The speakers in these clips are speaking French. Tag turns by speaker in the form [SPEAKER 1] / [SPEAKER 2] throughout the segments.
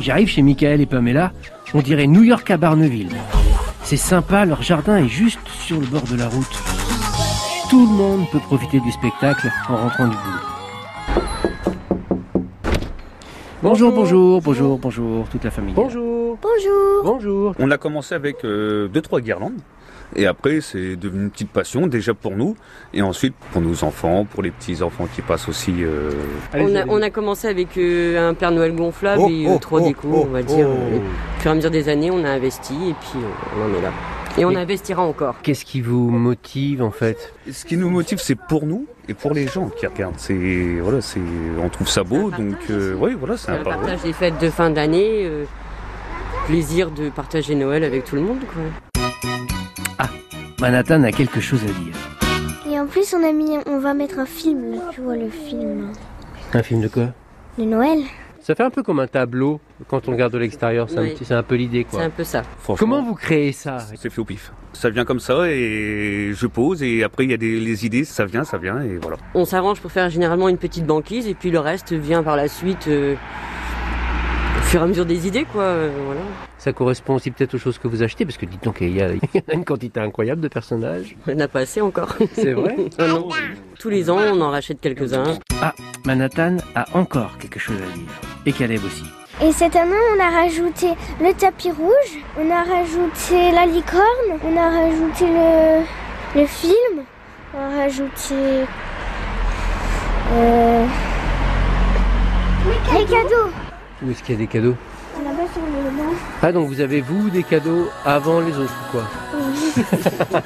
[SPEAKER 1] J'arrive chez Michael et Pamela, on dirait New York à Barneville. C'est sympa, leur jardin est juste sur le bord de la route. Tout le monde peut profiter du spectacle en rentrant du boulot. Bonjour, bonjour, bonjour, bonjour, toute la famille.
[SPEAKER 2] Bonjour.
[SPEAKER 3] Bonjour.
[SPEAKER 2] Bonjour.
[SPEAKER 4] On a commencé avec euh, deux trois guirlandes. Et après, c'est devenu une petite passion, déjà pour nous, et ensuite pour nos enfants, pour les petits-enfants qui passent aussi. euh,
[SPEAKER 2] Allez-y,
[SPEAKER 3] On a,
[SPEAKER 2] allez-y.
[SPEAKER 3] on a commencé avec euh, un Père Noël gonflable
[SPEAKER 2] Oh,
[SPEAKER 3] et euh,
[SPEAKER 2] oh,
[SPEAKER 3] trois
[SPEAKER 2] oh,
[SPEAKER 3] décos,
[SPEAKER 2] oh,
[SPEAKER 3] on va dire. euh,
[SPEAKER 2] oh.
[SPEAKER 3] Au fur et à mesure des années, on a investi et puis euh, on en est là. Et on
[SPEAKER 1] Et-
[SPEAKER 3] investira encore.
[SPEAKER 1] Qu'est-ce qui vous motive en fait
[SPEAKER 4] Ce qui nous motive, c'est pour nous et pour les gens qui regardent. C'est voilà, c'est on trouve ça beau,
[SPEAKER 3] C'est un
[SPEAKER 4] donc
[SPEAKER 3] partage
[SPEAKER 4] euh,
[SPEAKER 3] aussi.
[SPEAKER 4] oui, voilà, c'est
[SPEAKER 3] C'est
[SPEAKER 4] un
[SPEAKER 3] un
[SPEAKER 4] partage.
[SPEAKER 3] partage des fêtes de fin d'année, euh, plaisir de partager Noël avec tout le monde. Quoi.
[SPEAKER 1] Manhattan a quelque chose à dire.
[SPEAKER 5] Et en plus, on a mis, on va mettre un film. là. Tu vois le film
[SPEAKER 1] Un film de quoi
[SPEAKER 5] de Noël
[SPEAKER 2] Ça fait un peu comme un tableau quand on regarde de l'extérieur. C'est un
[SPEAKER 3] Oui.
[SPEAKER 2] petit- c'est un peu l'idée,
[SPEAKER 3] C'est
[SPEAKER 2] quoi.
[SPEAKER 3] un peu ça.
[SPEAKER 4] Franchement,
[SPEAKER 2] Comment vous créez ça
[SPEAKER 4] C'est fait au pif. Ça vient comme ça et je pose et après il y a des les idées, ça vient, ça vient et voilà.
[SPEAKER 3] On s'arrange pour faire généralement une petite banquise et puis le reste vient par la suite euh, au fur et à mesure des idées. quoi. euh, voilà.
[SPEAKER 2] Ça correspond aussi peut-être aux choses que vous achetez, parce que dites donc, il y a il y en a une quantité incroyable de personnages.
[SPEAKER 3] On n'a pas assez encore.
[SPEAKER 2] C'est vrai
[SPEAKER 3] Tous les ans, on en rachète quelques-uns.
[SPEAKER 1] Ah, Manhattan a encore quelque chose à dire. Et Caleb aussi.
[SPEAKER 5] Et cette année, on a rajouté le tapis rouge, on a rajouté la licorne, on a rajouté le, le film, on a rajouté euh, les cadeaux.
[SPEAKER 2] Où est-ce qu'il y a des cadeaux
[SPEAKER 5] Là-bas sur le banc.
[SPEAKER 2] Ah, donc vous avez, vous, des cadeaux avant les autres, quoi.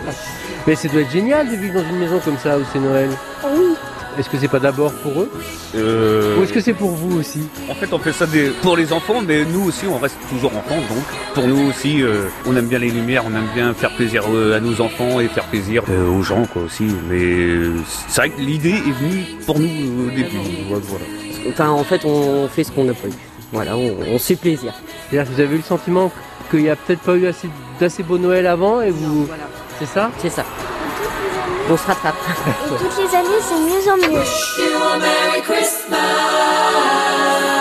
[SPEAKER 2] Mais ça doit être génial de vivre dans une maison comme ça où c'est Noël.
[SPEAKER 5] Ah Oui.
[SPEAKER 2] Est-ce que c'est pas d'abord pour eux
[SPEAKER 4] Euh,
[SPEAKER 2] Ou est-ce que c'est pour vous aussi
[SPEAKER 4] En fait, on fait ça des- pour les enfants, mais nous aussi, on reste toujours enfants. Donc, pour nous aussi, euh, on aime bien les lumières, on aime bien faire plaisir euh, à nos enfants et faire plaisir euh, aux gens, quoi, aussi. Mais euh, c'est vrai que l'idée est venue pour nous euh, au début. Ouais, voilà.
[SPEAKER 3] Enfin, en fait, on fait ce qu'on a prévu. Voilà, on, on se fait plaisir.
[SPEAKER 2] C'est-à-dire que vous avez eu le sentiment qu'il n'y a peut-être pas eu assez d'assez beau Noël avant et vous. C'est ça
[SPEAKER 3] C'est ça. On se rattrape.
[SPEAKER 5] Et toutes les années, c'est mieux en mieux.
[SPEAKER 6] you a Merry Christmas.